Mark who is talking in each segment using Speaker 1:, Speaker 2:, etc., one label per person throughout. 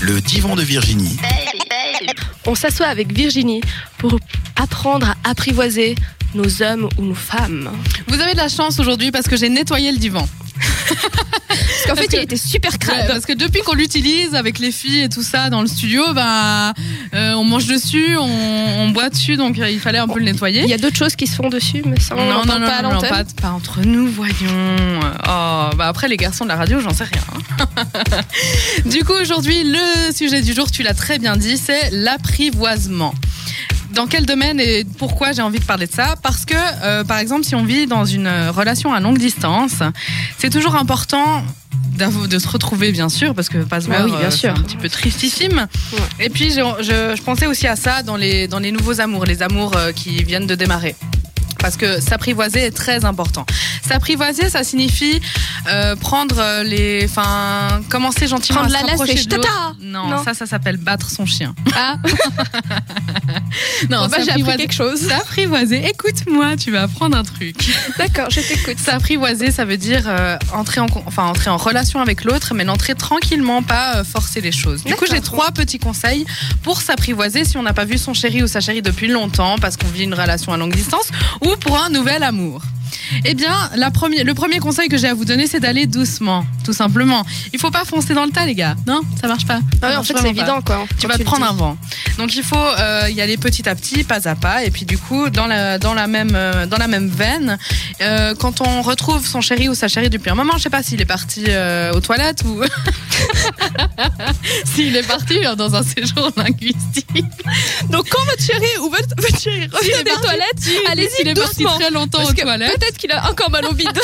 Speaker 1: Le divan de Virginie.
Speaker 2: On s'assoit avec Virginie pour apprendre à apprivoiser nos hommes ou nos femmes.
Speaker 3: Vous avez de la chance aujourd'hui parce que j'ai nettoyé le divan.
Speaker 2: Parce qu'en fait,
Speaker 3: que-
Speaker 2: il était super
Speaker 3: Ouais,
Speaker 2: crade.
Speaker 3: parce que depuis qu'on l'utilise avec les filles et tout ça dans le studio, bah, euh, on mange dessus, on, on boit dessus, donc euh, il fallait un peu le nettoyer.
Speaker 2: Il y a d'autres choses qui se font dessus, mais ça, on n'en parle pas à
Speaker 3: non,
Speaker 2: l'antenne.
Speaker 3: pas, pas entre nous, voyons. Oh, bah après les garçons de la radio, j'en sais rien. hein. du coup, aujourd'hui, le sujet du jour, tu l'as très bien dit, c'est l'apprivoisement. Dans quel domaine et pourquoi j'ai envie de parler de ça Parce que, euh, par exemple, si on vit dans une euh, relation à longue distance, c'est toujours important d'avo- de se retrouver, bien sûr, parce que pas se
Speaker 2: Ah
Speaker 3: voir,
Speaker 2: oui, bien
Speaker 3: euh, c'est
Speaker 2: sûr.
Speaker 3: un petit peu tristissime. Et puis, j'ai- je, je pensais aussi à ça dans les, dans les nouveaux amours, les amours euh, qui viennent de démarrer. Parce que s'apprivoiser est très important. S'apprivoiser, ça signifie euh, prendre euh, les, enfin, commencer gentiment
Speaker 2: Prendre
Speaker 3: à
Speaker 2: la
Speaker 3: se
Speaker 2: laisse
Speaker 3: rapprocher
Speaker 2: et
Speaker 3: de l'autre.
Speaker 2: tata
Speaker 3: Non,
Speaker 2: Non.
Speaker 3: ça, ça s'appelle battre son chien.
Speaker 2: Ah,
Speaker 3: Non,
Speaker 2: bah, j'ai appris
Speaker 3: s'apprivoiser.
Speaker 2: quelque chose.
Speaker 3: S'apprivoiser. Écoute-moi, tu vas apprendre un truc.
Speaker 2: D'accord, je t'écoute.
Speaker 3: S'apprivoiser, ça veut dire euh, entrer, en, con- enfin, entrer en relation avec l'autre, mais l'entrer tranquillement, pas euh, forcer les choses. Du coup,
Speaker 2: D'accord.
Speaker 3: j'ai trois petits conseils pour s'apprivoiser si on n'a pas vu son chéri ou sa chérie depuis longtemps, parce qu'on vit une relation à longue distance, ou pour un nouvel amour. Eh bien, la première, le premier conseil que j'ai à vous donner, c'est d'aller doucement, tout simplement. Il faut pas foncer dans le tas, les gars. Non, ça marche pas. Ça
Speaker 2: Ah ouais, en
Speaker 3: marche
Speaker 2: fait, c'est
Speaker 3: vraiment pas.
Speaker 2: évident, quoi.
Speaker 3: Tu
Speaker 2: quand
Speaker 3: vas te
Speaker 2: le
Speaker 3: prendre
Speaker 2: dis.
Speaker 3: un vent. Donc il faut euh, y aller petit à petit, pas à pas, et puis du coup dans la dans la même euh, dans la même veine, euh, quand on retrouve son chéri ou sa chérie depuis un moment, je sais pas s'il est parti euh, aux toilettes ou s'il est parti hein, dans un séjour linguistique.
Speaker 2: Donc, quand votre chéri ou votre, votre chéri
Speaker 3: S'il
Speaker 2: revient
Speaker 3: est
Speaker 2: des
Speaker 3: parti-
Speaker 2: toilettes,
Speaker 3: s'il
Speaker 2: allez-y
Speaker 3: est parti
Speaker 2: doucement.
Speaker 3: très longtemps
Speaker 2: Parce
Speaker 3: aux
Speaker 2: que
Speaker 3: toilettes.
Speaker 2: peut-être qu'il a encore mal au bide.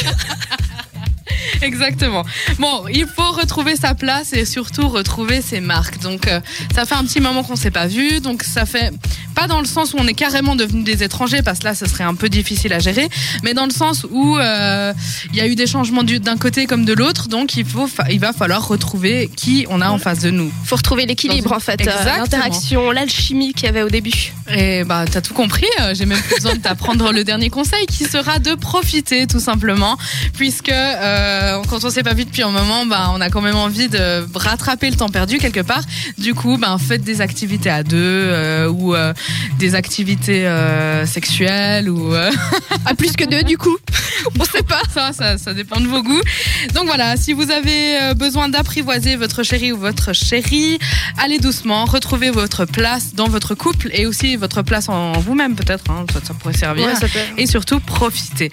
Speaker 3: Exactement. Bon, il faut retrouver sa place et surtout retrouver ses marques. Donc, euh, ça fait un petit moment qu'on s'est pas vu. Donc, ça fait pas dans le sens où on est carrément devenus des étrangers, parce que là, ce serait un peu difficile à gérer, mais dans le sens où euh, il y a eu des changements du- d'un côté comme de l'autre. Donc, il, faut, fa- il va falloir retrouver qui on a en face de nous.
Speaker 2: Faut retrouver l'équilibre,
Speaker 3: Dans
Speaker 2: en
Speaker 3: une-
Speaker 2: fait. euh,
Speaker 3: Exactement.
Speaker 2: L'interaction, l'alchimie qu'il y avait au début.
Speaker 3: Et bah, t'as tout compris. euh, J'ai même plus besoin de t'apprendre le dernier conseil qui sera de profiter, tout simplement. Puisque euh, quand on s'est pas vu depuis un moment, bah, on a quand même envie de rattraper le temps perdu quelque part. Du coup, bah, faites des activités à deux euh, ou euh, des activités euh, sexuelles ou. euh,
Speaker 2: Ah, plus que deux, du coup.
Speaker 3: on sait pas. Ça, ça, ça dépend de vos goûts. Donc voilà, si vous avez euh, besoin d'apprivoiser votre chéri ou votre chérie, allez doucement, retrouvez votre place dans votre couple et aussi votre place en vous-même peut-être, hein, ça, ça pourrait servir.
Speaker 2: Ouais, ça peut.
Speaker 3: Et surtout, profitez.